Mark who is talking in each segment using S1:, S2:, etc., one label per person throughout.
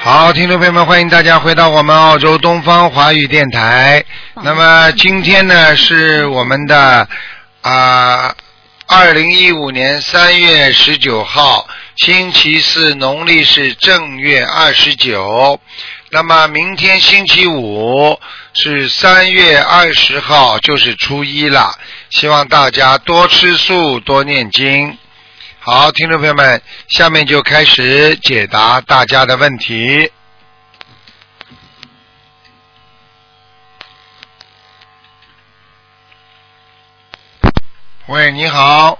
S1: 好，听众朋友们，欢迎大家回到我们澳洲东方华语电台。那么今天呢，是我们的啊，二零一五年三月十九号，星期四，农历是正月二十九。那么明天星期五是三月二十号，就是初一了。希望大家多吃素，多念经。好，听众朋友们，下面就开始解答大家的问题。喂，你好。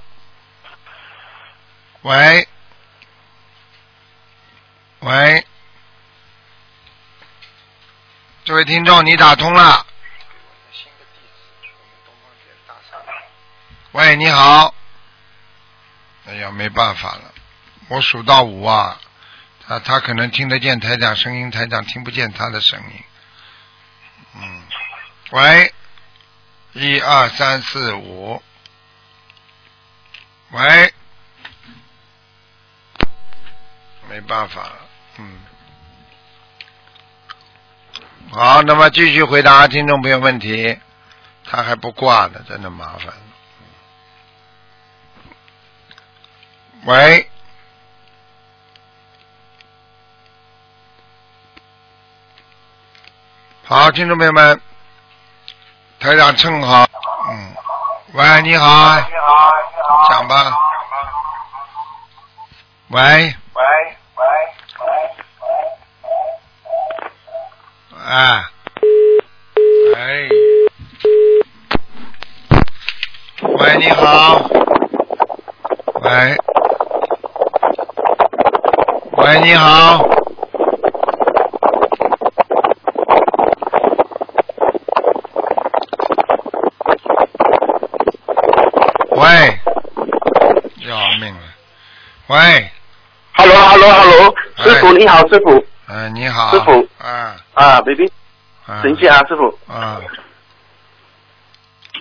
S1: 喂，喂，这位听众，你打通了。喂，你好。哎呀，没办法了，我数到五啊，他他可能听得见台长声音，台长听不见他的声音。嗯，喂，一二三四五，喂，没办法了，嗯。好，那么继续回答听众朋友问题，他还不挂呢，真的麻烦。喂，好，听众朋友们，台长正好，嗯，喂，你好，
S2: 你好，你好，
S1: 讲吧喂，
S2: 喂喂喂
S1: 啊，喂，喂，你好，喂，喂，你好，喂，要命了，喂，
S2: ，Hello，Hello，Hello，
S1: 哎
S2: 师傅你好，师傅
S1: 嗯、你好，
S2: 师傅
S1: 啊，
S2: 啊，baby，
S1: 啊
S2: 等一下啊，师傅，
S1: 啊，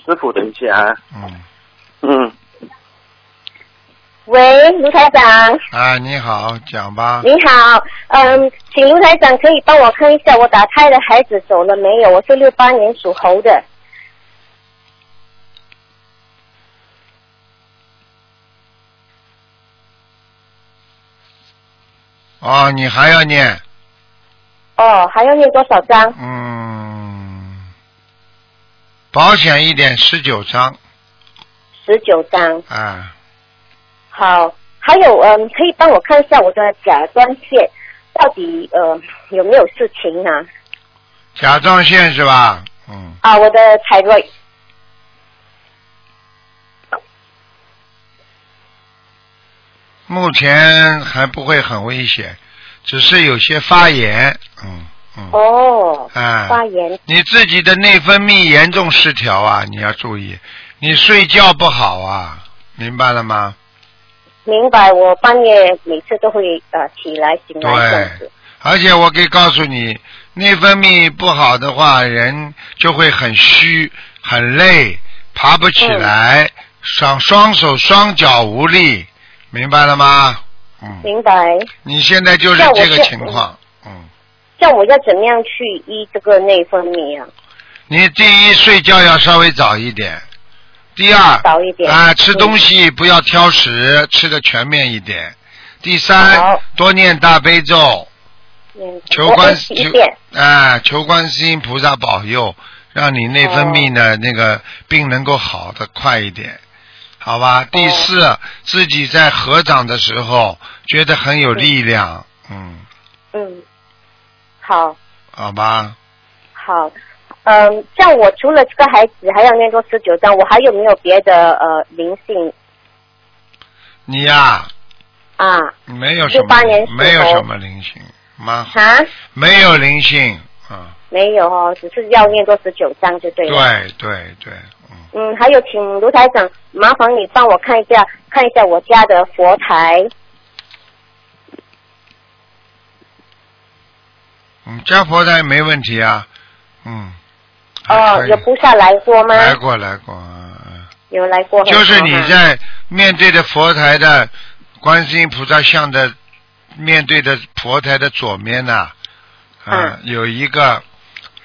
S2: 师傅等一下啊，
S1: 嗯，
S2: 嗯，
S3: 喂，卢台长，
S1: 啊，你好，讲吧，
S3: 你好，嗯，请卢台长可以帮我看一下我打胎的孩子走了没有？我是六八年属猴的，
S1: 哦，你还要念，
S3: 哦，还要念多少张？
S1: 嗯，保险一点，十九张
S3: 十九张。
S1: 啊，
S3: 好，还有嗯，可以帮我看一下我的甲状腺到底呃有没有事情啊？
S1: 甲状腺是吧？嗯，
S3: 啊，我的彩瑞
S1: 目前还不会很危险，只是有些发炎，嗯嗯，
S3: 哦，
S1: 啊
S3: 发，炎
S1: 你自己的内分泌严重失调啊，你要注意，你睡觉不好啊，明白了吗？
S3: 明白，我半夜每次都会呃起来醒来
S1: 对
S3: 这样子。
S1: 而且我可以告诉你，内分泌不好的话，人就会很虚、很累，爬不起来，双双手双脚无力，明白了吗？嗯，
S3: 明白，
S1: 你现在就是这个情况。嗯，
S3: 像我要怎么样去医这个内分泌啊？
S1: 你第一睡觉要稍微早一点，第二
S3: 早一点嗯
S1: 啊吃东
S3: 西。
S1: 西不要挑食，吃的全面一点。第三
S3: 好，
S1: 多念大悲咒。
S3: 嗯
S1: 求
S3: 我
S1: 观
S3: 我
S1: 世
S3: 一
S1: 求
S3: 遍，
S1: 啊，求观世音菩萨保佑，让你内分泌
S3: 哦
S1: 呢、那个病能够好的快一点，好
S3: 哦
S1: 吧？第四，自己在合掌的时候觉得很有力量，嗯，
S3: 嗯，好
S1: 好吧？
S3: 好，嗯，像我除了这个孩子还要念多十九章，我还有没有别的呃灵性
S1: 你呀、
S3: 啊？
S1: 没有什么
S3: 68年属猴
S1: 没有什么灵性，蛮好，
S3: 啊，
S1: 没有灵性，嗯，
S3: 没有哦，只是要念多十九章就对了。
S1: 对对对，嗯，
S3: 嗯，还有，请卢台长麻烦你帮我看一下，看一下我家的佛台。
S1: 嗯，家婆台没问题啊，嗯，还
S3: 哦
S1: 可，以
S3: 有菩萨来过吗？
S1: 来过来过，嗯嗯。
S3: 有来 过。
S1: 就是
S3: 很
S1: 你
S3: 好哈。
S1: 在面对的佛台的观世音菩萨像的面对的佛台的左面呐、啊，
S3: 嗯
S1: 有一个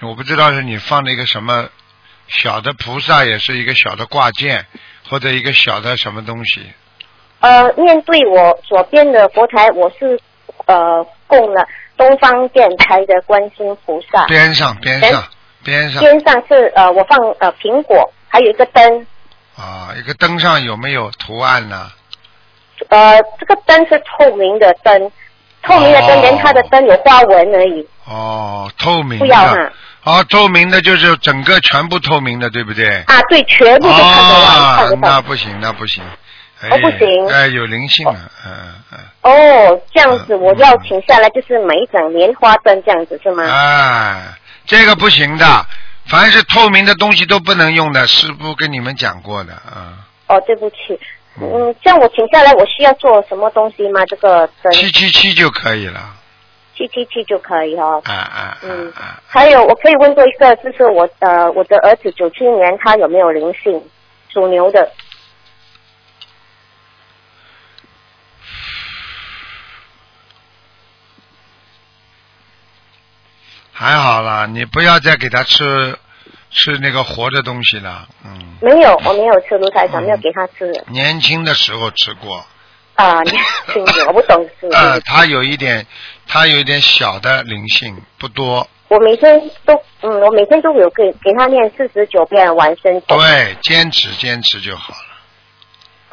S1: 我不知道是你放了一个什么小的菩萨，也是一个小的挂件或者一个小的什么东西，
S3: 呃，面对我左边的佛台，我是呃供了东方电台的观世菩萨，
S1: 边上边
S3: 哎
S1: 上边上
S3: 边上是呃我放呃苹果，还有一个灯，
S1: 啊，一个灯上有没有图案呢？
S3: 呃，这个灯是透明的灯，透明的灯
S1: 哦
S3: 连它的灯有花纹而已，
S1: 哦，透明
S3: 不要哈、
S1: 的，哦，透明的就是整个全部透明的，对不对？
S3: 啊，对，全部都看得到，看得
S1: 哦啊那
S3: 到。
S1: 不行，那不行。哎、
S3: 哦不行
S1: 哎，有灵性了，嗯嗯
S3: 哦，这样子
S1: 嗯
S3: 我要请下来，就是买一盏莲花灯这样子是
S1: 嗯，
S3: 吗？
S1: 哎，这个不行的，凡是透明的东西都不能用的，师傅跟你们讲过的啊。
S3: 哦，对不起，
S1: 嗯
S3: 嗯，这样我请下来，我需要做什么东西吗？这个灯
S1: 七七七就可以了，
S3: 七七七就可以哦。
S1: 啊啊啊
S3: 嗯
S1: 啊！
S3: 还有，我可以问多一个，就是我呃，我的儿子九七年，他有没有灵性？属牛的，
S1: 还好啦，你不要再给他吃吃那个活的东西了，嗯，
S3: 没有，我没有吃卢台长，
S1: 嗯
S3: 没有给他吃
S1: 年轻的时候吃过，
S3: 啊，你听着，我不懂事，
S1: 呃，他有一点，他有一点小的灵性，不多。
S3: 我每天都嗯，我每天都有给给他念四十九遍完生咒，
S1: 对，坚持坚持就好了。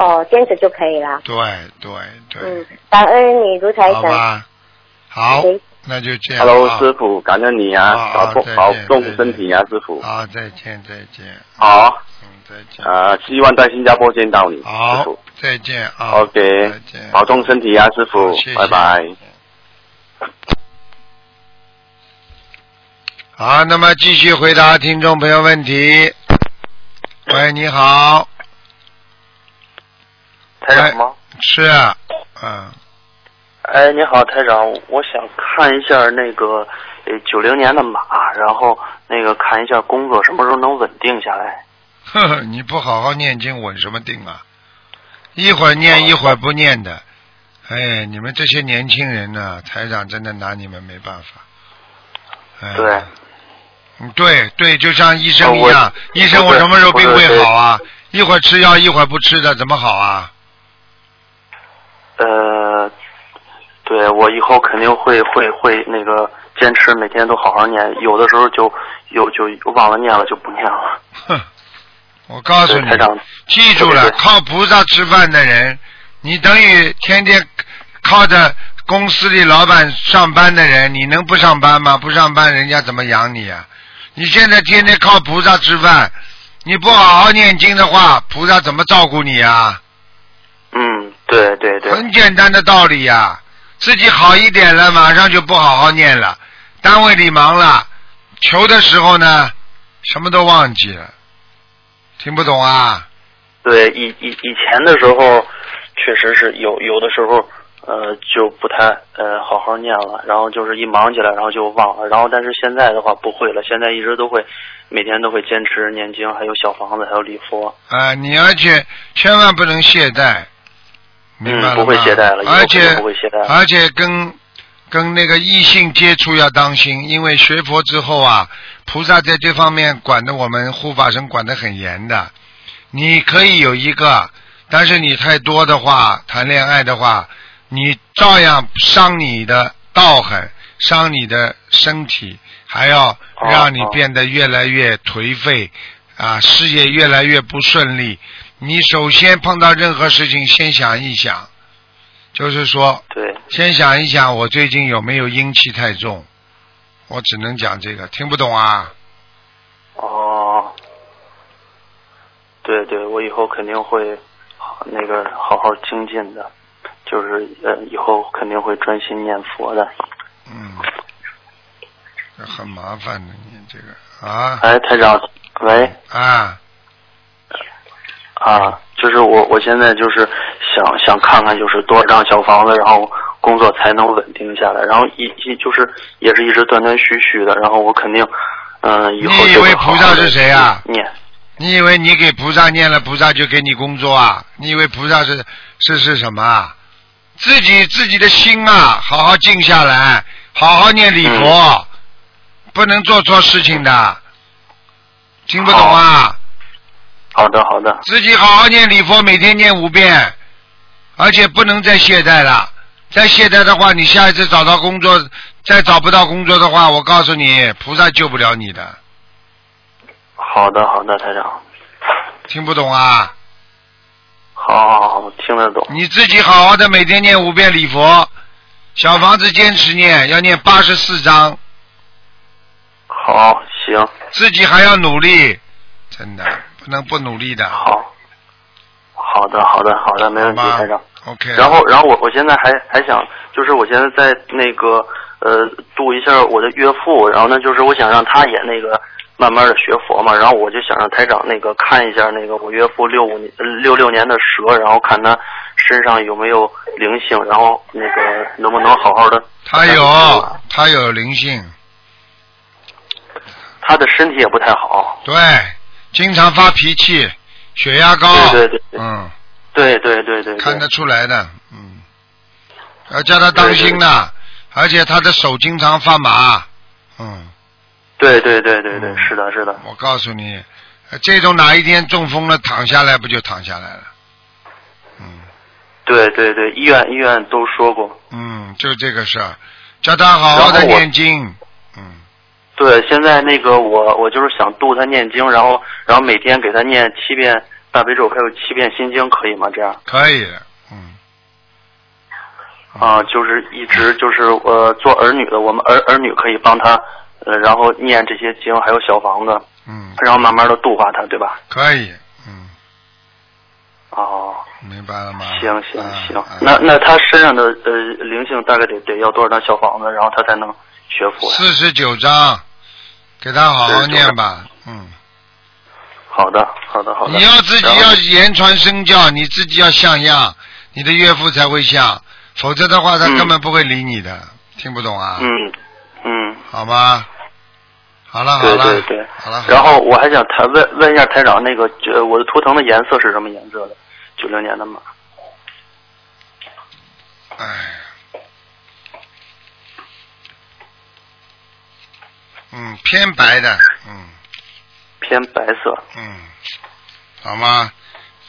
S3: 哦，坚持就可以啦。
S1: 对对对
S3: 嗯，，感恩你卢台
S1: 好
S3: 长。
S1: 吧，好
S3: 嗯，
S1: 那就这样。
S2: Hello，
S1: 啊
S2: 师傅，感恩你啊
S1: 啊，啊
S2: 保重
S1: 再见
S2: 保重
S1: 再见
S2: 身体啊，师傅。
S1: 好，再见再见，
S2: 好，
S1: 嗯，再见。
S2: 呃，希望在新加坡见到你，师
S1: 好
S2: 傅。，
S1: 再见啊。
S2: OK，
S1: 再见。
S2: 保重身体啊，师傅
S1: 好谢谢，
S2: 拜拜。
S1: 好，那么继续回答听众朋友问题。喂，你好，
S4: 台长吗？
S1: 是，嗯，
S4: 哎，你好，台长，我想看一下那个呃九零年的马，然后那个看一下工作什么时候能稳定下来。
S1: 呵呵， 你不好好念经，稳什么定啊？一会儿念，一会儿不念的。哎，你们这些年轻人呐，台长真的拿你们没办法。哎、
S4: 对，
S1: 嗯，对对，就像医生一样
S4: 哦，我
S1: 医生
S4: 不
S1: 我
S4: 是
S1: 什么时候病
S4: 不是
S1: 会好啊？一会儿吃药，一会儿不吃的，怎么好啊？
S4: 呃，对我以后肯定会会会那个坚持每天都好好念，有的时候就有就忘了念了就不念了。
S1: 哼，我告诉
S4: 对，
S1: 你
S4: 台，长，
S1: 记住了
S4: 对，对
S1: 靠菩萨吃饭的人，你等于天天靠着公司里老板上班的人，你能不上班吗？不上班，人家怎么养你啊？你现在天天靠菩萨吃饭，你不好好念经的话，菩萨怎么照顾你啊？
S4: 嗯，对对对，
S1: 很简单的道理呀、自己好一点了，马上就不好好念了，单位里忙了，求的时候呢，什么都忘记了，听不懂啊？
S4: 对以以以前的时候，确实是有有的时候，呃，就不太呃好好念了，然后就是一忙起来，然后就忘了，然后但是现在的话不会了，现在一直都会，每天都会坚持念经，还有小房子，还有礼佛。
S1: 啊、你而且千万不能懈怠，明白了吗？
S4: 嗯不会懈怠了以后
S1: 而
S4: 肯
S1: 且
S4: 定不会懈怠了
S1: 而且跟跟那个异性接触要当心，因为学佛之后啊，菩萨在这方面管的我们护法神管得很严的。你可以有一个，但是你太多的话，谈恋爱的话，你照样伤你的道行，伤你的身体，还要让你
S4: 哦哦
S1: 变得越来越颓废，啊，事业越来越不顺利。你首先碰到任何事情，先想一想，就是说，
S4: 对，
S1: 先想一想我最近有没有阴气太重。我只能讲这个，听不懂啊？
S4: 哦，对对，我以后肯定会好那个好好精进的，就是呃以后肯定会专心念佛的。
S1: 嗯，这很麻烦的，你这个啊
S4: 哎，台长，喂。
S1: 啊，
S4: 啊，就是我我现在就是想想看看，就是多少张小房子，然后工作才能稳定下来。然后一一就是也是一直断断续续的，然后我肯定，嗯、以后
S1: 你以
S4: 就会
S1: 为
S4: 好
S1: 菩萨
S4: 好地
S1: 是谁啊
S4: 念
S1: 你以为你给菩萨念了，菩萨就给你工作啊？你以为菩萨是是是什么啊？自己自己的心啊，好好静下来，好好念礼佛，不能做错事情的，听不懂啊？
S4: 好的，好的，
S1: 自己好好念礼佛，每天念五遍，而且不能再懈怠了。再懈怠的话，你下一次找到工作，再找不到工作的话，我告诉你，菩萨救不了你的。
S4: 好的，好的，台长，
S1: 听不懂啊？
S4: 好好好，我听得懂。
S1: 你自己好好的每天念五遍礼佛，小房子坚持念，要念八十四章，
S4: 好，行，
S1: 自己还要努力，真的不能不努力的。
S4: 好，好的，好的，好的，没问题，
S1: 好吧
S4: 台长。
S1: OK 了。
S4: 然后，然后我我现在还还想，就是我现在在那个呃度一下我的岳父，然后呢，就是我想让他也那个慢慢的学佛嘛，然后我就想让台长那个看一下那个我岳父六五年六六年的蛇，然后看他身上有没有灵性，然后那个能不能好好的。
S1: 他有他有灵性，
S4: 他的身体也不太好，
S1: 对，经常发脾气，血压高，
S4: 对对
S1: 哦嗯，
S4: 对对对对对，
S1: 看得出来的，嗯，要叫他当心了，而且他的手经常发麻，嗯，
S4: 对对对对对，是的，是的，
S1: 我告诉你，呃这种哪一天中风了躺下来不就躺下来了？
S4: 对对对，医院医院都说过，
S1: 嗯，就这个事儿，叫他好好的
S4: 然后我
S1: 念经，嗯
S4: 对，现在那个我我就是想度他念经，然后然后每天给他念七遍大悲咒，还有七遍心经，可以吗？这样
S1: 可以嗯的，
S4: 啊、就是一直就是呃做儿女的，我们儿儿女可以帮他，呃，然后念这些经，还有小房子，
S1: 嗯，
S4: 然后慢慢的度化他，对吧？
S1: 可以，嗯
S4: 哦，
S1: 明白了吗？
S4: 行行
S1: 啊
S4: 行，那那他身上的呃灵性大概得得要多少张小房子，然后他才能学佛呀？
S1: 四十九章，给他好好念吧，嗯。
S4: 好的，好的，好的。
S1: 你要自己
S4: 然后
S1: 要言传身教，你自己要像样，你的岳父才会像，否则的话他
S4: 嗯
S1: 根本不会理你的，听不懂啊？
S4: 嗯嗯，
S1: 好吗？好了好
S4: 对
S1: 了，
S4: 对对。
S1: 好了好了。
S4: 然后我还想台问问一下台长，那个呃我的图腾的颜色是什么颜色的？九零年的马。
S1: 哎，嗯，偏白的，嗯
S4: 偏白色。
S1: 嗯，好吗？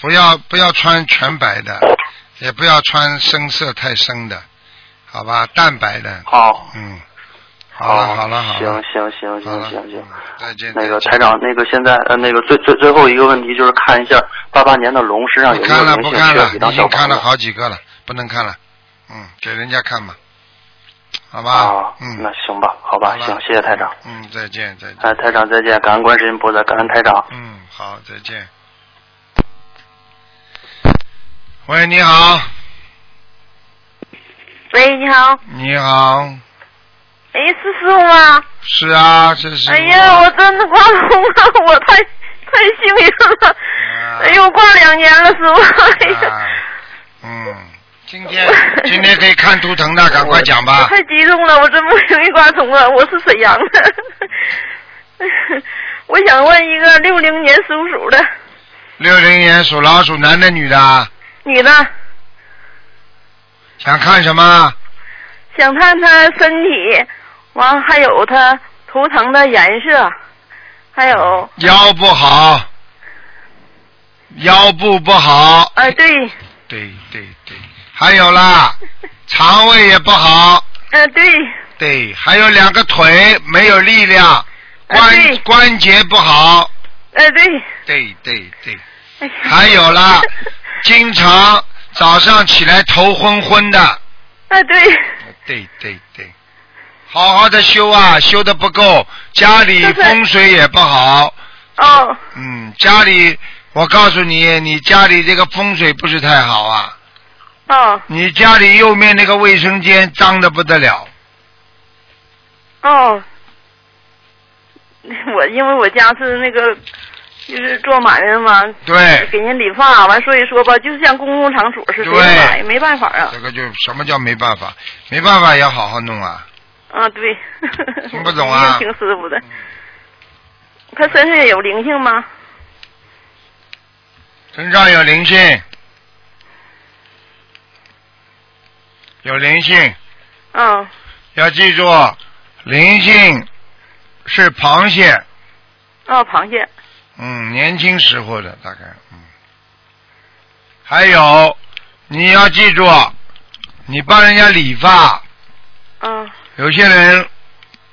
S1: 不要不要穿全白的，也不要穿深色太深的，好吧？淡白的，
S4: 好，
S1: 嗯，好了
S4: 好
S1: 好了好了嗯
S4: 行，行行行行行，
S1: 再见。
S4: 那个
S1: 再见
S4: 台长，那个现在呃那个最最最后一个问题就是看一下八八年的龙身上有
S1: 不
S4: 没有
S1: 看了，
S4: 灵
S1: 不
S4: 性，
S1: 看
S4: 需要
S1: 了，
S4: 几张
S1: 已
S4: 小
S1: 经看
S4: 房
S1: 了
S4: 子？
S1: 好几个了，不能看了。嗯，给人家看吧，好吧。
S4: 啊，
S1: 嗯，
S4: 那行吧，好吧，
S1: 了
S4: 行，谢谢台长。
S1: 嗯，再见，再见。
S4: 哎，台长再见，感恩观世音菩萨，感恩台长。
S1: 嗯，好，再见。喂，你好，
S5: 喂，你好，
S1: 你好，
S5: 哎，是师傅吗？
S1: 是啊，这是。
S5: 哎呀，我真的挂龙了，我太太幸运了。
S1: 啊
S5: 哎呦，我挂两年了，师傅。哎呀，
S1: 嗯，今天今天可以看图腾的，赶快讲
S5: 我
S1: 吧。
S5: 哎太激动了，我真不容易挂虫了。我是沈阳的， 我想问一个六零年属鼠的
S1: 六零年属老鼠，男的女的啊？
S5: 女的，
S1: 想看什么？
S5: 想看她身体，完还有她图腾的颜色，还有，
S1: 腰不好，腰部不好，
S5: 哎、对，
S1: 对对对，还有啦，肠胃也不好，
S5: 哎、对，
S1: 对，还有两个腿没有力
S5: 啊
S1: 量，关、关节不好，
S5: 哎、对，
S1: 对对对，
S5: 哎呀
S1: 还有啦，经常早上起来头昏昏的，
S5: 哎、对。
S1: 对对对，好好的修啊，修的不够，家里
S5: 就是
S1: 风水也不好，
S5: 哦，
S1: 嗯，家里我告诉你，你家里这个风水不是太好啊，
S5: 哦，
S1: 你家里右面那个卫生间脏的不得了。
S5: 哦， 我因为我家是那个，就是做买卖嘛，
S1: 对
S5: 给人理发完，所以说吧，就是像公共场所似的，
S1: 对
S5: 买没办法啊，
S1: 这个就什么叫没办法？没办法也要好好弄啊！
S5: 啊对，
S1: 听不懂啊
S5: 我一定听师傅的。他身上也有灵性吗？
S1: 身上有灵性，有灵性，
S5: 嗯，
S1: 要记住，灵性是螃蟹，
S5: 啊
S6: 哦，螃蟹，
S1: 嗯，年轻时候的大概，嗯。还有，你要记住，你帮人家理发，
S5: 啊
S6: 嗯，
S1: 有些人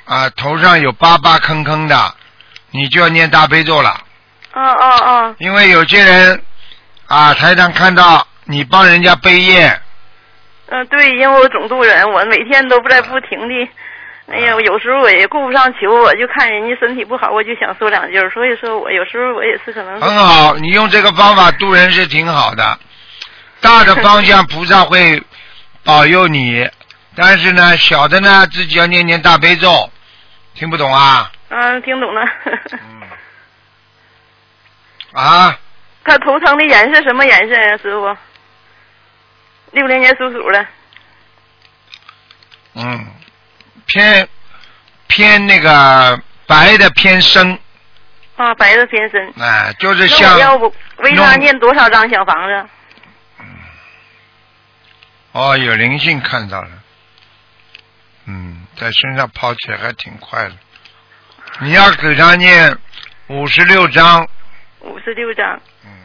S1: 啊头上有疤疤坑坑的，你就要念大悲咒了，
S5: 啊
S6: 哦哦哦，
S1: 因为有些人啊台上看到你帮人家背业，
S6: 嗯，对，因为我总渡人，我每天都不在不停地，哎呀，我有时候我也顾不上求，我就看人家身体不好，我就想说两句儿，所以说我有时候我也是可能
S1: 很好，你用这个方法渡人是挺好的，大的方向菩萨会保佑你，但是呢，小的呢自己要念念大悲咒，听不懂啊？
S6: 嗯，听懂了。
S1: 嗯啊，
S6: 他头疼的颜色什么颜色呀、师傅？六零年属鼠的，
S1: 嗯，偏偏那个白的偏深，
S6: 啊，白的偏深。
S1: 哎、就是
S6: 那我要
S1: 像
S6: 不为他
S1: 弄
S6: 念多少张小房子？
S1: 哦，有灵性看到了，嗯，在身上跑起来还挺快的。你要给他念五十六章，嗯
S6: 五十六张。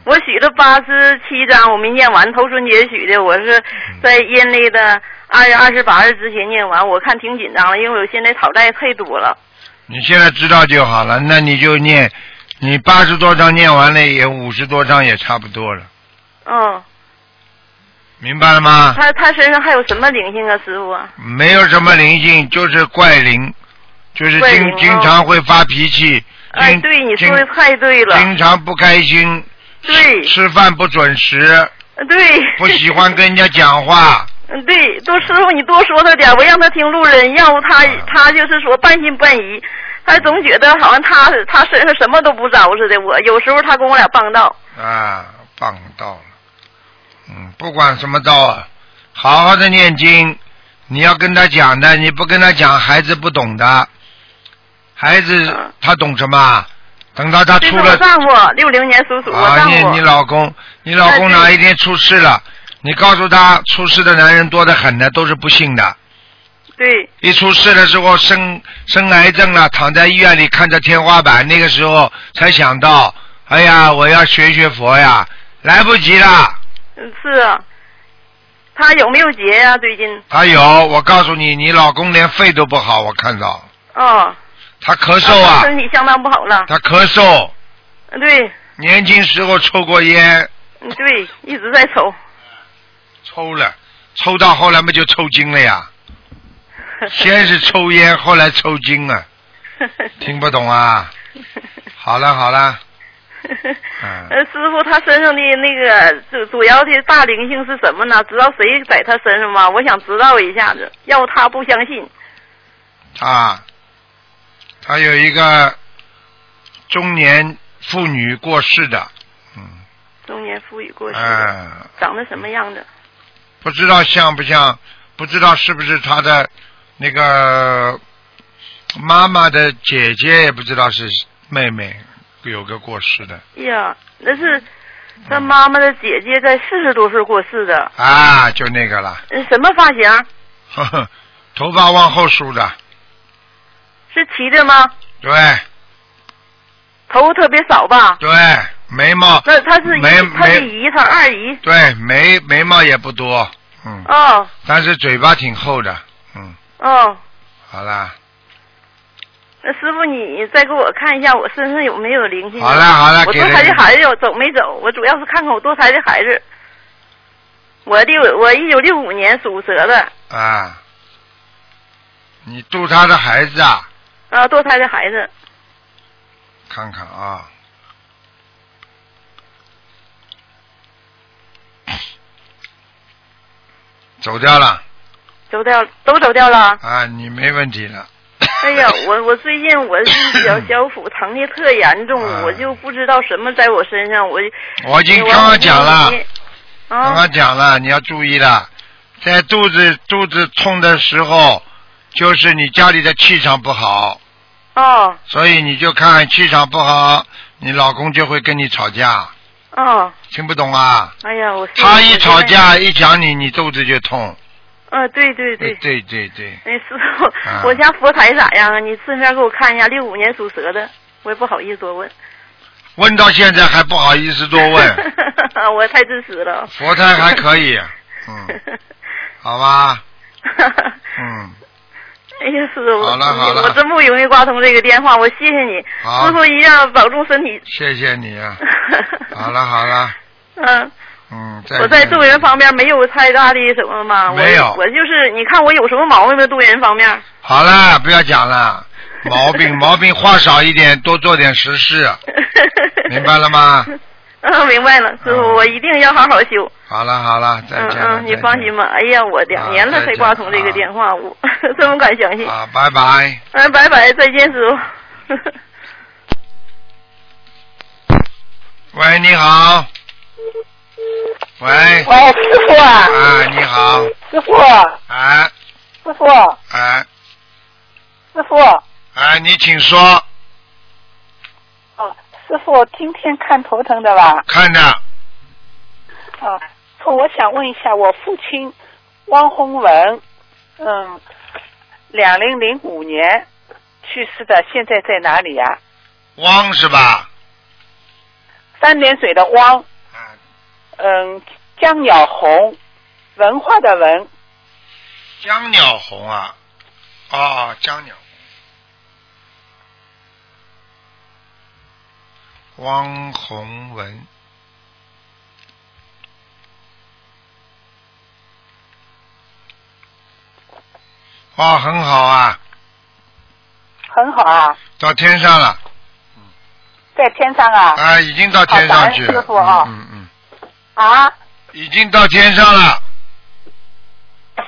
S6: 我许了八十七张，我没念完。头春节许的，我是
S1: 嗯
S6: 在阴历的二月二十八日之前念完。我看挺紧张了，因为我现在讨债太多了。
S1: 你现在知道就好了，那你就念，你八十多章念完了，也五十多章也差不多了，
S6: 嗯，
S1: 明白了吗？
S6: 他他身上还有什么灵性啊，师傅啊？
S1: 没有什么灵性，就是怪灵，就是
S6: 怪灵
S1: 经
S6: 哦
S1: 经常会发脾气，
S6: 哎，对，你说的太对了。
S1: 经常不开心，
S6: 对，
S1: 吃饭不准时，
S6: 对，
S1: 不喜欢跟人家讲话，
S6: 嗯，对，多师傅你多说他点儿，我让他听路人，要不他
S1: 啊
S6: 他就是说半信半疑，他总觉得好像他他身上什么都不着似的。我有时候他跟我俩棒道，
S1: 啊，棒到了，嗯，不管什么道啊，好好的念经，你要跟他讲的，你不跟他讲，孩子不懂的，孩
S6: 嗯
S1: 子他懂什么啊？等到他
S6: 这
S1: 出
S6: 是我
S1: 了
S6: 丈夫，六零年属鼠，我
S1: 啊，
S6: 丈
S1: 你
S6: 夫。
S1: 你老公，你老公哪一天出事了？你告诉他，出事的男人多得很呢，都是不幸的。
S6: 对，
S1: 一出事的时候，生生癌症了，躺在医院里看着天花板，那个时候才想到，哎呀，我要学学佛呀，来不及了。
S6: 嗯是啊。他有没有结呀、最近
S1: 还有，哎我告诉你，你老公连肺都不好，我看到
S6: 哦，
S1: 他咳嗽啊，
S6: 身体相当不好了。
S1: 他咳嗽，
S6: 对，
S1: 年轻时候抽过烟，
S6: 嗯对，一直在抽。
S1: 抽了，抽到后来不就抽筋了呀？ 先是抽烟，后来抽筋了，听不懂啊？好了好了，嗯，
S6: 呃，师傅，他身上的那个主主要的大灵性是什么呢？知道谁在他身上吗？我想知道一下子，要不他不相信。
S1: 啊，他有一个中年妇女过世的，
S6: 中年妇女过世，
S1: 嗯，
S6: 长得什么样子？
S1: 不知道像不像，不知道是不是他的那个妈妈的姐姐，也不知道是妹妹，有个过世的
S6: 哎呀，那是他妈妈的姐姐，在四十多岁过世的。
S1: 啊，就那个了，
S6: 呃什么发型？
S1: 呵呵，头发往后梳的，
S6: 是齐的吗？
S1: 对
S6: 头特别少吧？
S1: 对，眉毛
S6: 那他是
S1: 没
S6: 姨，他是
S1: 没
S6: 姨，他二姨。
S1: 对眉眉毛也不多，嗯，
S6: 哦
S1: 但是嘴巴挺厚的，嗯，
S6: 哦，
S1: 好啦，
S6: 那师傅你再给我看一下我身上有没有灵性啊？
S1: 好了好了
S6: 我
S1: 给
S6: 堕胎
S1: 了
S6: 的
S1: 你
S6: 孩子有走没走？我主要是看看我堕胎的孩子。我六我一九六五年属蛇的，
S1: 啊，你度他的孩子啊，
S6: 啊，堕胎的孩子，
S1: 看看啊。 走掉了
S6: 走掉都走掉了。
S1: 啊，你没问题了。
S6: 哎呀，我我最近我是小小腹疼的特严重，我就不知道什么在我身上，我
S1: 啊我已经刚刚讲
S6: 哎
S1: 了，刚
S6: 啊
S1: 刚讲了，你要注意了，在肚子肚子痛的时候，就是你家里的气场不好，
S6: 哦
S1: 所以你就看气场不好，你老公就会跟你吵架，
S6: 哦，
S1: 听不懂啊？
S6: 哎呀，我
S1: 他一吵架
S6: 一
S1: 一讲你，你肚子就痛，
S5: 嗯，对对 对。
S1: 对对对，
S5: 哎，师傅，
S1: 啊
S5: 我家佛台咋样啊？你顺便给我看一下，六五年属蛇的，我也不好意思多问，
S1: 问到现在还不好意思多 问，
S5: 我太自私了。
S1: 佛台还 可以，嗯，好吧，嗯，
S5: 哎呀，师傅，
S1: 好了好了
S5: 我真不容易挂通这个电话，我谢谢你，
S1: 好
S5: 师傅一定要保重身体。
S1: 谢谢你啊，好了好了，
S5: 嗯，
S1: 嗯，
S5: 我在做人方面没有太大的什么嘛，我
S1: 没有
S5: 我就是你看我有什么毛病没？做人方面，
S1: 好了，不要讲了，毛病 毛病话少一点，多做点实事，明白了吗？
S5: 嗯，明白了，师傅，我一定要好好修。
S1: 好了好了，再
S5: 嗯
S1: 见了，
S5: 嗯，你
S1: 再见
S5: 放心吧。哎呀，我两年了
S1: 啊再
S5: 才
S1: 见
S5: 挂通这个电话，我 真不敢相信。
S1: 啊，拜拜。
S5: 嗯，拜拜，再见，师傅。
S1: 喂，你好。喂。
S7: 喂，师傅啊
S1: 啊，你好。
S7: 师傅，
S1: 哎
S7: 师傅，
S1: 哎
S7: 师傅，
S1: 哎，你请说，
S7: 哦师傅，今天看头疼的吧？
S1: 看着
S7: 啊，师傅我想问一下，我父亲汪宏文，嗯，两零零五年去世的，现在在哪里呀、
S1: 汪是吧？啊
S7: 三点水的汪，嗯，江鸟红，文化的文，
S1: 江鸟红啊，哦，江鸟红，汪宏文。哇，很好啊，
S7: 很好啊，
S1: 到天上了，
S7: 在天上啊。
S1: 啊，已经到
S7: 好
S1: 天
S7: 感
S1: 上
S7: 恩
S1: 去
S7: 师
S1: 了，
S7: 傅啊、
S1: 嗯嗯，
S7: 啊。
S1: 已经到天上了，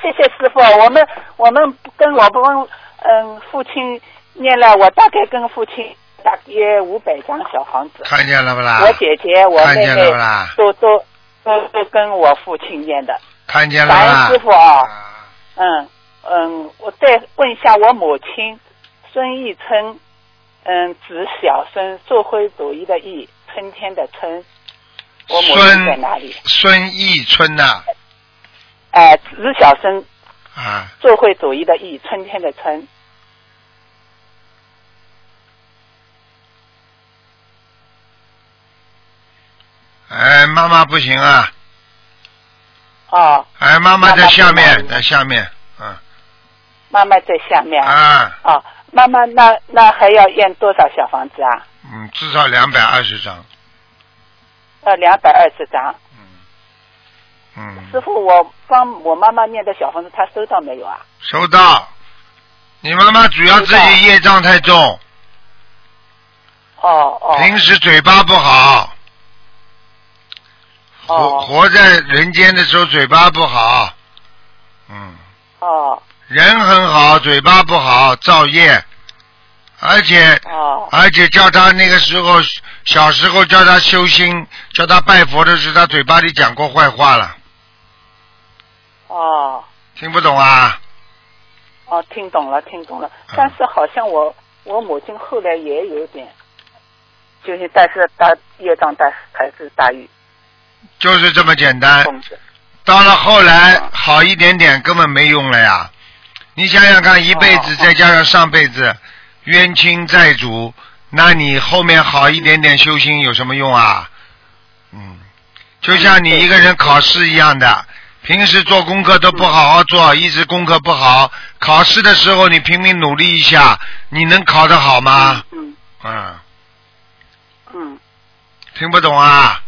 S7: 谢谢师傅，我们我们跟我们嗯父亲念了，我大概跟父亲大约五百张小房子。
S1: 看见了不啦？
S7: 我姐姐、我
S1: 啊看
S7: 妹
S1: 见
S7: 妹
S1: 了不啦？
S7: 都都都都跟我父亲念的。
S1: 看见了
S7: 感
S1: 不
S7: 恩
S1: 啦
S7: 师？傅啊、嗯嗯，我再问一下我母亲孙义春，嗯，子小孙，社会主义的义，春天的春。我母亲在
S1: 孙
S7: 哪里？
S1: 孙义春呐、
S7: 哎、子小孙，
S1: 啊，
S7: 社会主义的义，春天的春。
S1: 哎，妈妈不行啊，
S7: 哦，
S1: 哎，妈妈在下
S7: 妈妈
S1: 面，
S7: 不
S1: 在下面，嗯
S7: 妈妈在下面。
S1: 啊，
S7: 哦，妈妈，那那还要验多少小房子啊？
S1: 嗯，至少两百二十张，
S7: 要呃两百二十张。
S1: 嗯，
S7: 师傅，我帮我妈妈念的小房子，她收到没有啊？
S1: 收到。你妈妈主要自己业障太重，
S7: 哦哦
S1: 平时嘴巴不好，活
S7: 哦
S1: 活在人间的时候嘴巴不好，嗯，
S7: 哦
S1: 人很好，嘴巴不好，造业，而且
S7: 哦
S1: 而且叫他那个时候小时候叫他修心，叫他拜佛的时候，他嘴巴里讲过坏话了，
S7: 哦
S1: 听不懂啊？
S7: 哦，听懂了，听懂了。
S1: 嗯
S7: 但是好像我我母亲后来也有点，就是但是大业障大还是大于
S1: 就是这么简单。
S7: 控制。
S1: 到了后来好一点点，根本没用了呀。你想想看，一辈子再加上上辈子冤亲债主，那你后面好一点点修心有什么用啊？嗯，就像你一个人考试一样的，平时做功课都不好好做，一直功课不好，考试的时候你拼命努力一下，你能考得好吗？
S7: 嗯
S1: 嗯，
S7: 嗯，
S1: 听不懂啊？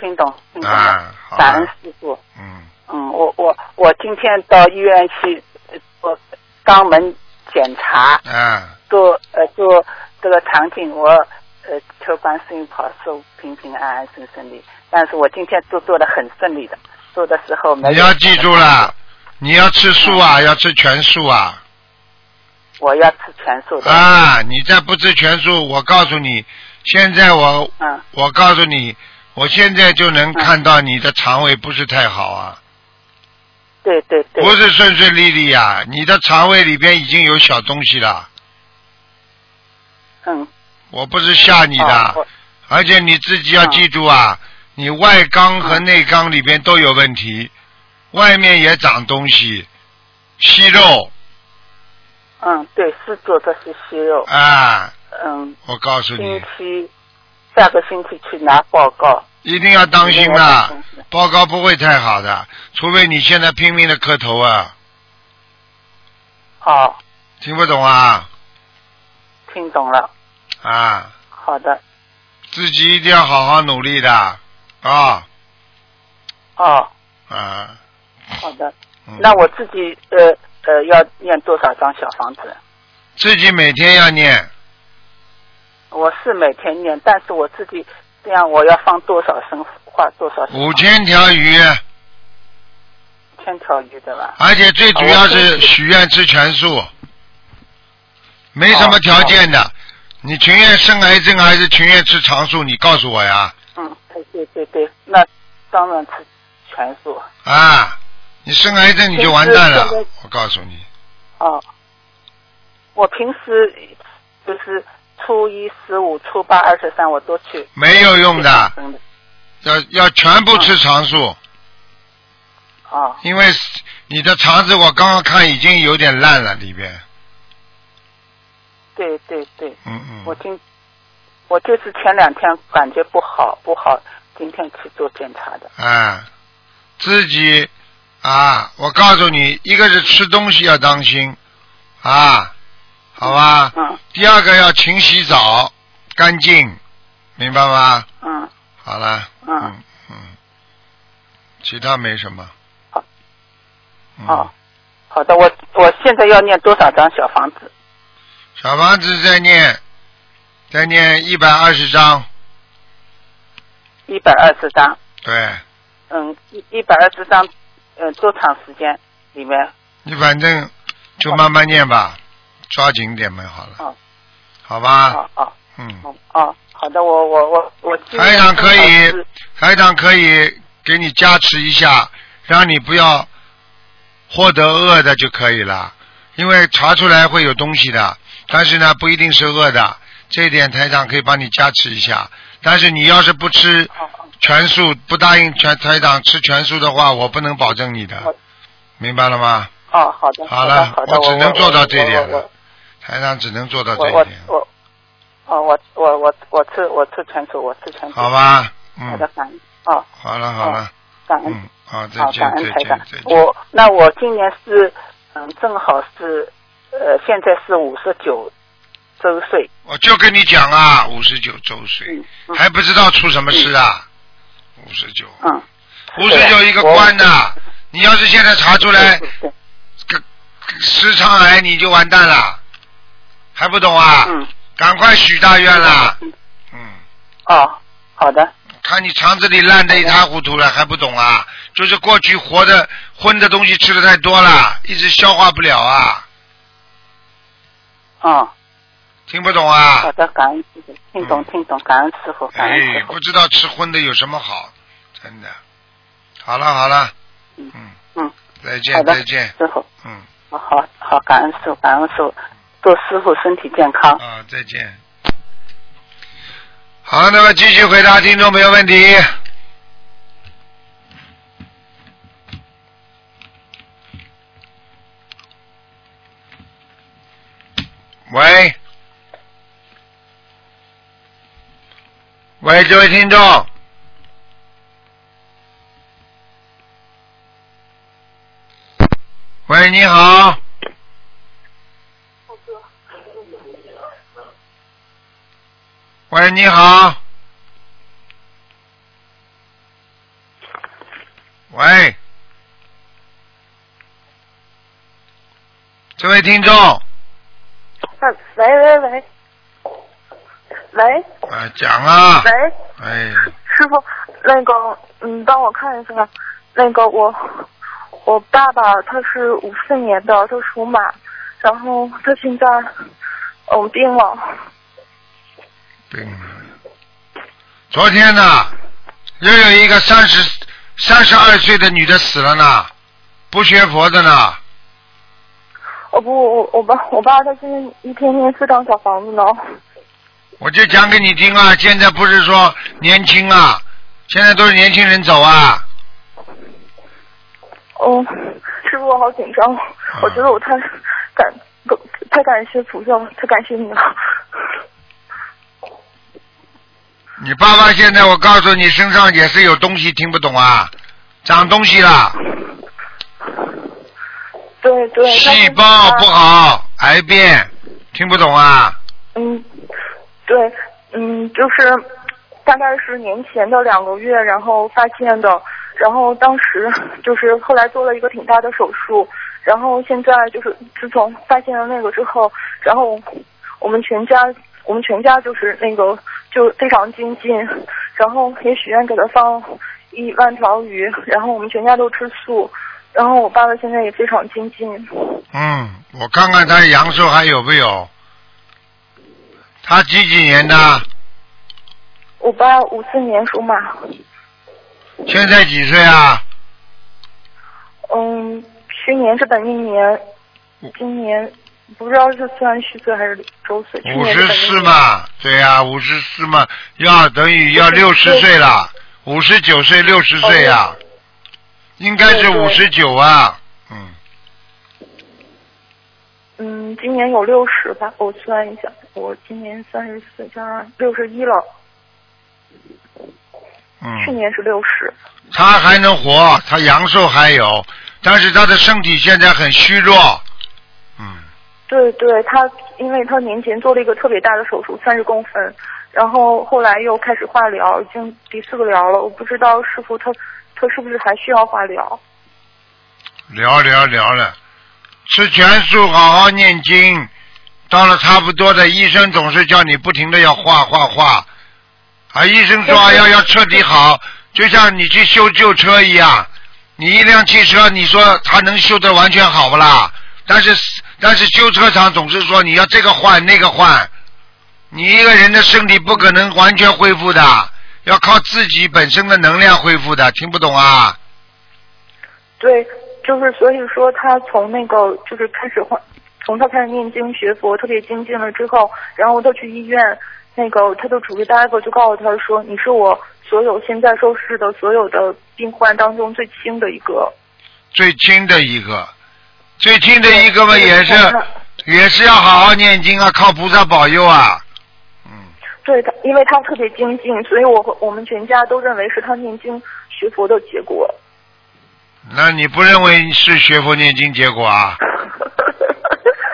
S7: 听懂听懂了。
S1: 啊，好
S7: 感恩
S1: 了，
S7: 师傅。
S1: 嗯，
S7: 嗯，我我我今天到医院去呃做肛门检查，
S1: 啊，
S7: 做呃做这个肠镜，我呃求观世音菩萨寿平平安安顺顺利。但是我今天都做的很顺利的，做的时候没有。
S1: 你要记住了，，你要吃素啊，要吃全素啊。
S7: 我要吃全素的。
S1: 啊，你再不吃全素，我告诉你，现在我
S7: 嗯，
S1: 我告诉你，我现在就能看到你的肠胃不是太好啊，
S7: 对对对
S1: 不，是顺顺利利啊，你的肠胃里边已经有小东西了。
S7: 嗯，
S1: 我不是吓你
S7: 哦
S1: 的，
S7: 我
S1: 而且啊你自己要记住啊，你外肛和内肛里边都有问题，外面也长东西，息肉
S7: 嗯，对，是做这些息肉。
S1: 啊！
S7: 嗯，
S1: 我告诉你
S7: 星，期下个星期去拿报告。
S1: 一定要当心啊啦，报告不会太好的，除非你现在拼命的磕头啊，
S7: 好，
S1: 听不懂啊
S7: 哦听懂了。
S1: 啊！
S7: 好的，
S1: 自己一定要好好努力的啊
S7: 哦，
S1: 啊！
S7: 好的。
S1: 嗯
S7: 那我自己呃呃要念多少张小房子？
S1: 自己每天要念，
S7: 我是每天念，但是我自己这样我要放多少声，画多少声
S1: 五千条鱼，
S7: 千条鱼对吧？
S1: 而且最主要
S7: 哦
S1: 是许愿吃全素，没什么条件
S7: 哦
S1: 的。你情愿生癌症还是情愿吃长素？你告诉我呀！
S7: 嗯，对对对对，那当然是全素。
S1: 啊，你生癌症你就完蛋了
S7: 平时现在，
S1: 我告诉你。
S7: 哦，我平时就是初一、十五、初八、二十三我都去。
S1: 没有用的
S7: 嗯。
S1: 要要全部吃长素，
S7: 哦
S1: 因为你的肠子我刚刚看已经有点烂了里边，
S7: 对对对，
S1: 嗯嗯，
S7: 我今我就是前两天感觉不好不好，今天去做检查的。
S1: 啊，自己啊，我告诉你，一个是吃东西要当心啊，好吧，
S7: 嗯
S1: 第二个要勤洗澡，干净，明白吗？
S7: 嗯
S1: 好了，
S7: 嗯，
S1: 嗯，其他没什么，嗯
S7: 哦，好的，我我现在要念多少张小房子？
S1: 小房子再念，再念一百二十章，
S7: 一百二十张。
S1: 对。
S7: 嗯，一一百二十张，呃，多长时间里面？
S1: 你反正就慢慢念吧，抓紧点嘛，好了，
S7: 哦
S1: 好吧
S7: 哦，哦
S1: 嗯，
S7: 哦，好的，我我我我今
S1: 台
S7: 天
S1: 长可以
S7: 正好是，
S1: 台长可以给你加持一下，让你不要获得恶的就可以了，因为查出来会有东西的，但是呢不一定是恶的，这一点台长可以帮你加持一下，但是你要是不吃
S7: 哦
S1: 全素，不答应全台长吃全素的话，我不能保证你的，明白了吗？
S7: 哦，好的，
S1: 好
S7: 的
S1: 了，
S7: 好的，
S1: 我只能做到这一点
S7: 我
S1: 了，台长只能做到这
S7: 我
S1: 一
S7: 我
S1: 点，
S7: 我我，哦，我我我我吃我吃全素，我吃全素。
S1: 好？吧？
S7: 好的
S1: 嗯，，
S7: 感恩哦，
S1: 好了好了，
S7: 感恩，
S1: 嗯，好，再
S7: 好，
S1: 见
S7: 感恩
S1: 再
S7: 台
S1: 见
S7: 长
S1: 再。见，
S7: 我那我今年是嗯，正好是呃，现在是五十九周岁，
S1: 我就跟你讲啊，五十九周岁
S7: 嗯，嗯
S1: 还不知道出什么事啊，五十九，
S7: 嗯，
S1: 五十九一个关呐，你要是现在查出来
S7: 对对，
S1: 直肠癌，你就完蛋了，还不懂啊？
S7: 嗯，
S1: 赶快许大愿啦，嗯。
S7: 哦，好的，
S1: 看你肠子里烂得一塌糊涂了，还不懂啊？就是过去活的荤的东西吃的太多了，一直消化不了啊，
S7: 哦，
S1: 听不懂啊
S7: 好？的，感恩师傅，听懂听懂，感恩师傅，感
S1: 嗯
S7: 恩
S1: 哎
S7: 师，傅
S1: 不，知道吃荤的有什么好，真的。好了好了，嗯
S7: 嗯，
S1: 再
S7: 好
S1: 见
S7: 的，
S1: 再见，
S7: 师傅，
S1: 嗯
S7: 好好好，感恩师傅，感恩师傅，祝师傅身体健康。
S1: 啊再见。好，那么继续回答听众朋友问题。喂，喂，这位听众，喂，你好，喂，你好，喂，这位听众，
S6: 嗯喂喂喂，喂
S1: 啊，讲啊，
S6: 喂，
S1: 哎，
S6: 师傅，那个，嗯，帮我看一下，那个我我爸爸他是五四年的，他属马，然后他现在嗯病了，
S1: 病了。昨天呢，又有一个三十三十二岁的女的死了呢，不学佛的呢，
S6: 我不我我爸我爸他现在一天天四张小房子呢，
S1: 我就讲给你听啊，现在不是说年轻啊，现在都是年轻人走啊，
S6: 哦，师傅，我好紧张，哦
S1: 啊
S6: 我觉得我太感太感谢菩萨了，太感谢你了。
S1: 你爸爸现在我告诉你，身上也是有东西，听不懂啊，长东西了，
S6: 对对，
S1: 细胞不好，癌变，听不懂啊？
S6: 嗯，对，嗯，就是大概是年前的两个月，然后发现的，然后当时 就是后来做了一个挺大的手术，然后现在就是自从发现了那个之后，然后我们全家我们全家就是那个就非常精进，然后也许愿给他放一万条鱼，然后我们全家都吃素，然后我爸爸现在也非常精进，
S1: 嗯，我看看他阳寿还有没有？他几几年的？
S6: 我爸五四年属马。
S1: 现在几岁啊？
S6: 嗯，去年是本命年，
S1: 嗯
S6: 今年不知道是算虚岁还是周岁。去
S1: 五
S6: 年
S1: 十
S6: 是
S1: 四
S6: 本命年。
S1: 嘛，对呀、五十四嘛，要等于要六十岁了，五十九岁六十岁呀、
S6: 哦
S1: 应该是五十九啊，
S6: 嗯，今年有六十吧，我算一下，我今年三十四加上六十一了，去
S1: 嗯，
S6: 年是六十。
S1: 他还能活，他阳寿还有，但是他的身体现在很虚弱，嗯
S6: 对对，他因为他年前做了一个特别大的手术，三十公分，然后后来又开始化疗，已经第四个疗了，我不知道师傅他他是不是还需要化疗？
S1: 聊聊聊了，吃全素，好好念经，到了差不多的，医生总是叫你不停的要画画画，啊，医生说啊要要彻底好，就像你去修旧车一样，你一辆汽车，你说它能修得完全好不啦？但是但是修车厂总是说你要这个换那个换，你一个人的身体不可能完全恢复的，要靠自己本身的能量恢复的，听不懂啊？
S6: 对，就是所以说他从那个就是开始换，从他开始念经学佛，特别精进了之后，然后他去医院，那个他的主治大夫就告诉他说，你是我所有现在受试的所有的病患当中最轻的一个。
S1: 最轻的一个，最轻的一个嘛，
S6: 对
S1: 也
S6: 我看
S1: 是
S6: 到
S1: 也是要好好念经啊，靠菩萨保佑啊。
S6: 对他，因为他特别精进，所以我和我们全家都认为是他念经学佛的结果。
S1: 那你不认为是学佛念经结果啊？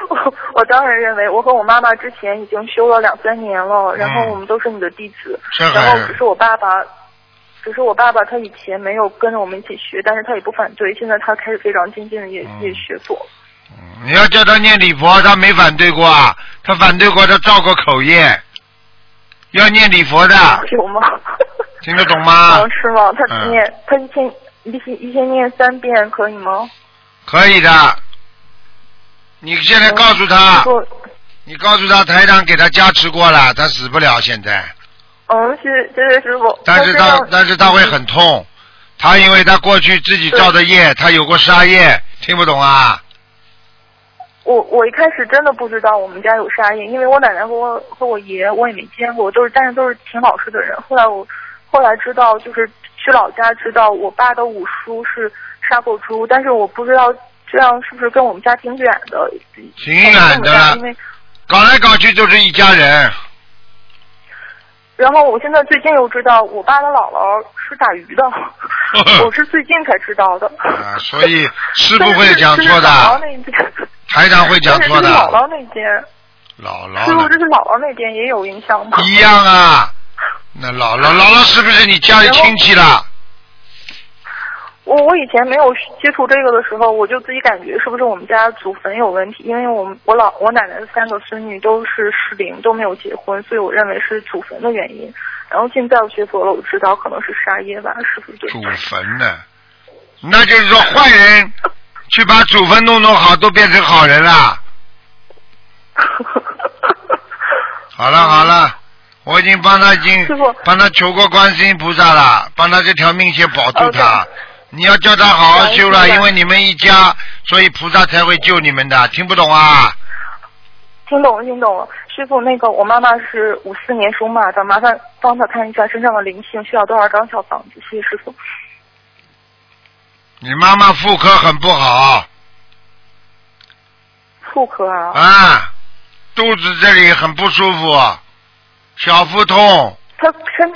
S6: 我我当然认为，我和我妈妈之前已经修了两三年了，然
S1: 嗯
S6: 后我们都是你的弟子，
S1: 这还
S6: 然后只是我爸爸，只是我爸爸他以前没有跟着我们一起学，但是他也不反对，现在他开始非常精进的也、
S1: 嗯
S6: 也学佛。
S1: 你要叫他念礼佛，他没反对过啊，他反对过，他造过口业。要念礼佛的，
S6: 有吗？
S1: 听得懂 吗？
S6: 嗯是吗？他
S1: 嗯
S6: 念、他一天一天一天念三遍可以吗？
S1: 可以的。你现在告诉他
S6: 师，傅
S1: 你告诉他，台长给他加持过了，他死不了现在。
S6: 嗯，谢谢谢谢师傅。
S1: 但是他
S6: 让
S1: 但是他会很痛，他因为他过去自己造的业，他有过杀业，听不懂啊？
S6: 我我一开始真的不知道我们家有沙叶，因为我奶奶和我和我爷我也没见过，都是但是都是挺老实的人。后来我后来知道，就是去老家知道我爸的五叔是杀过猪，但是我不知道这样是不是跟我们家挺远的。嗯
S1: 挺远的了
S6: 因，为
S1: 搞来搞去就是一家人。
S6: 然后我现在最近又知道我爸的姥姥是打鱼 的，我是最近才知道的。
S1: 啊，所以师傅
S6: 但
S1: 会
S6: 是
S1: 讲
S6: 这是
S1: 错
S6: 姥姥
S1: 的，
S6: 那边，
S1: 台长会讲错的
S6: 但是这是。姥姥那边，
S1: 姥
S6: 师傅
S1: 姥
S6: 这是姥姥那边也有影响吗？
S1: 一样啊，那姥姥姥姥是不是你家里亲戚啦？
S6: 我我以前没有接触这个的时候，我就自己感觉是不是我们家祖坟有问题，因为我们我老我奶奶的三个孙女都是适龄，都没有结婚，所以我认为是祖坟的原因。然后现在我学佛了，我知道可能是杀业吧，是不是对？
S1: 祖坟呢？那就是说坏人去把祖坟弄弄好，都变成好人啦。好了好了，我已经帮他已经
S6: 嗯师傅
S1: 帮他求过观世音菩萨了，帮他这条命先保住他。你要叫他好好修了，
S6: 明白
S1: 因为你们一家，所以菩萨才会救你们的。听不懂啊？
S6: 听懂了，听懂了。师傅，那个我妈妈是五四年属马的，麻烦帮她看一下身上的灵性需要多少张小房子，谢谢师傅。
S1: 你妈妈妇科很不好
S6: 妇科啊，
S1: 啊，肚子这里很不舒服，小腹痛，
S6: 他身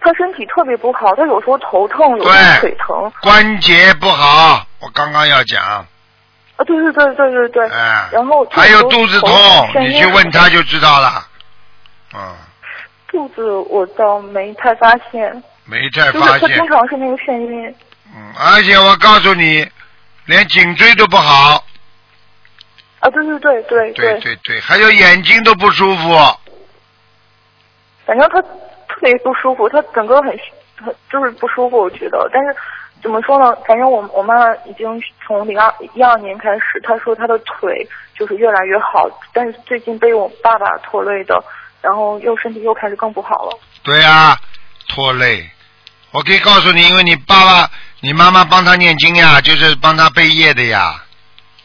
S6: 他身体特别不好，他有时候头痛，有时候腿疼
S1: 关节不好，我刚刚要讲，
S6: 啊，对对对对对对，
S1: 哎，
S6: 然后
S1: 还有肚子痛，
S6: 头
S1: 你去问他就知道了。嗯，
S6: 肚子我倒没太发现，
S1: 没太
S6: 就是
S1: 发
S6: 他
S1: 现
S6: 经，常是那个眩晕，
S1: 嗯而且我告诉你，连颈椎都不好，
S6: 啊，对对对对
S1: 对对对，还有眼睛都不舒服，
S6: 反正他特别不舒服，他整个很很就是不舒服，我觉得。但是怎么说呢？反正我我妈已经从零二一二年开始，她说她的腿就是越来越好，但是最近被我爸爸拖累的，然后又身体又开始更不好了。
S1: 对啊，拖累。我可以告诉你，因为你爸爸、你妈妈帮他念经呀，就是帮他背业的呀，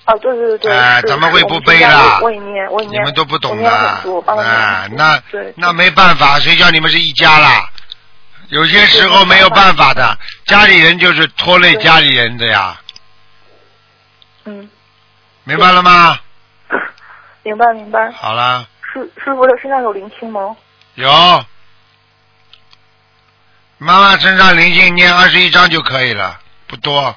S6: 啊，对对对对，
S1: 哎
S6: 是
S1: 怎么会不
S6: 我
S1: 背
S6: 们家
S1: 啦
S6: 我我也念，我也
S1: 你
S6: 念，
S1: 们都不
S6: 我
S1: 懂
S6: 念了
S1: 的
S6: 很多，我帮他念
S1: 啊
S6: 了，很多
S1: 那
S6: 对
S1: 那没办法，谁叫你们是一家啦？有些时候没有办法的，家里人就是拖累家里人的呀，
S6: 嗯，
S1: 明白了吗？
S6: 明白明白。
S1: 好了，
S6: 师师傅的身上有灵性吗？
S1: 有。妈妈身上灵性念二十一章就可以了，不多。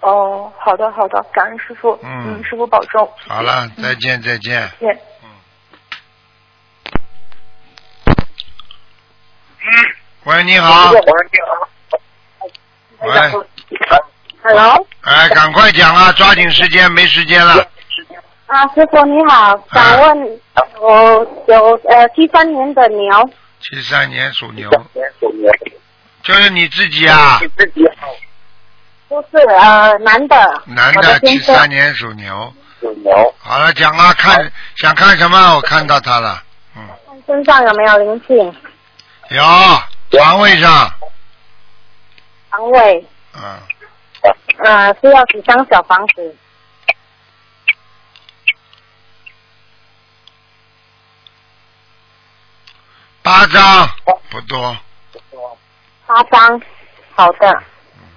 S6: 哦，好的好的，感恩师傅，
S1: 嗯
S6: 嗯，师傅保重，
S1: 好了，再见，再见。
S6: 谢谢。
S1: 喂，你好。喂，
S8: 你
S1: 好。喂。哎，赶快讲啊，抓紧时间，没时间了。
S3: 啊，师傅你好，想问我有呃七三年的牛，
S1: 七三年属牛。就是你自己啊，
S3: 就是呃男的，
S1: 男
S3: 我的
S1: 的，
S3: 先
S1: 七
S3: 生
S1: 三年属牛。属牛。好了，讲啊，看想看什么？我看到他了，
S3: 身上有没有灵性？
S1: 有肠胃上，
S3: 肠胃，
S1: 嗯，
S3: 呃需要几张小房子？
S1: 八张不多，
S3: 八张，好的。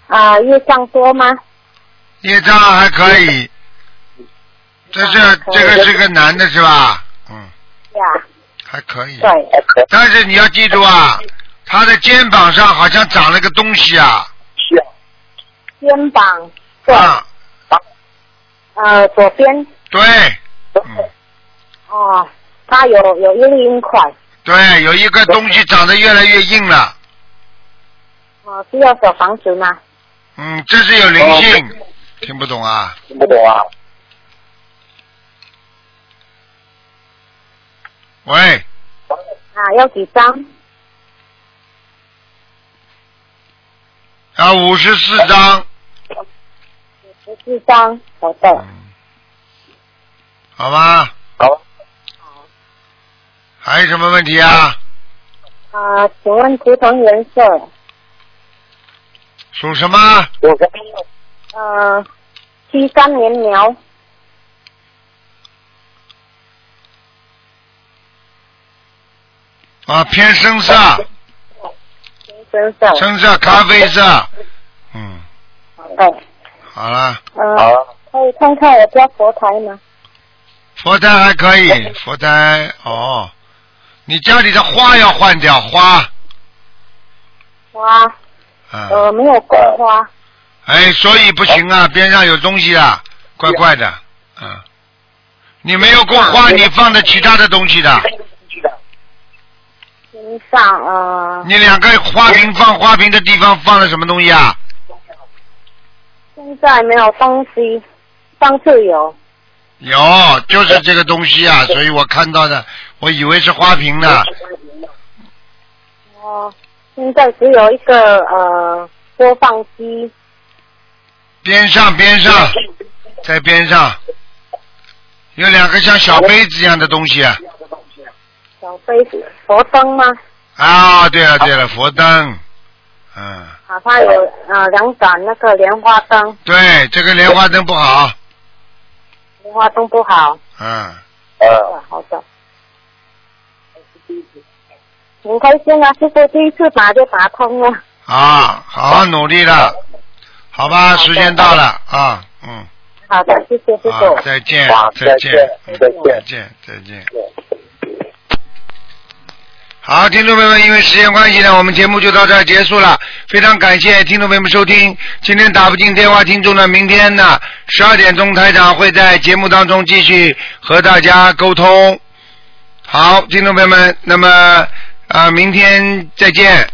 S3: 啊、业障多吗？
S1: 业障还可以。这是这个是个男的是吧？嗯
S3: 呀，
S1: 还可以。
S3: 对。
S1: 但是你要记住啊，他的肩膀上好像长了个东西啊。
S3: 肩膀，对，
S1: 啊
S3: 呃左边，
S1: 对嗯
S3: 哦，他有有一粒硬块，
S1: 对，有一个东西长得越来越硬了。
S3: 呃需要小房子吗？
S1: 嗯，这是有灵性，听不懂啊？听不懂啊？喂，
S3: 啊，要几张？
S1: 啊，五十四张，
S3: 十四张，好的。
S1: 嗯好吗？好。还有什么问题啊？
S3: 啊、请问图腾颜色，
S1: 属什么？
S3: 呃，七三年牛，
S1: 啊，偏深色，
S3: 深色，
S1: 深色咖啡色。嗯
S3: 对，
S1: 好了，
S3: 呃，可以看看我家佛台吗？
S1: 佛台还可以，佛台哦。你家里的花要换掉花，
S3: 花，
S1: 嗯，
S3: 呃，没有桂花，
S1: 哎，所以不行啊，边上有东西啊，怪怪的，嗯，你没有供花，你放的其他的东西的，
S3: 天上呃，
S1: 你两个花瓶放花瓶的地方放了什么东西啊？
S3: 现在没有东西，上次有，
S1: 有，就是这个东西啊，所以我看到的，我以为是花瓶呢，
S3: 哦，现在只有一个呃播放机，
S1: 边上边上，在边上，有两个像小杯子一样的东西啊。
S3: 小杯子，佛灯吗？
S1: 啊，对了对了，佛灯，嗯，
S3: 啊，它有呃两盏那个莲花灯，
S1: 对，这个莲花灯不好，
S3: 莲花灯不好，
S1: 嗯，
S3: 呃，好的。很开心啊，师傅第一次打就打通了。
S1: 啊，好好努力了，好吧，时间到了啊，嗯，
S9: 好的，谢谢师
S1: 啊
S9: 傅，。
S1: 再见
S9: 好，
S1: 再
S9: 见
S1: 见，嗯
S9: 再见
S1: 再见，再见。好，听众朋友们，因为时间关系呢，我们节目就到这儿结束了。非常感谢听众朋友们收听。今天打不进电话听众呢，明天呢十二点钟台长会在节目当中继续和大家沟通。好，听众朋友们，那么啊、呃明天再见。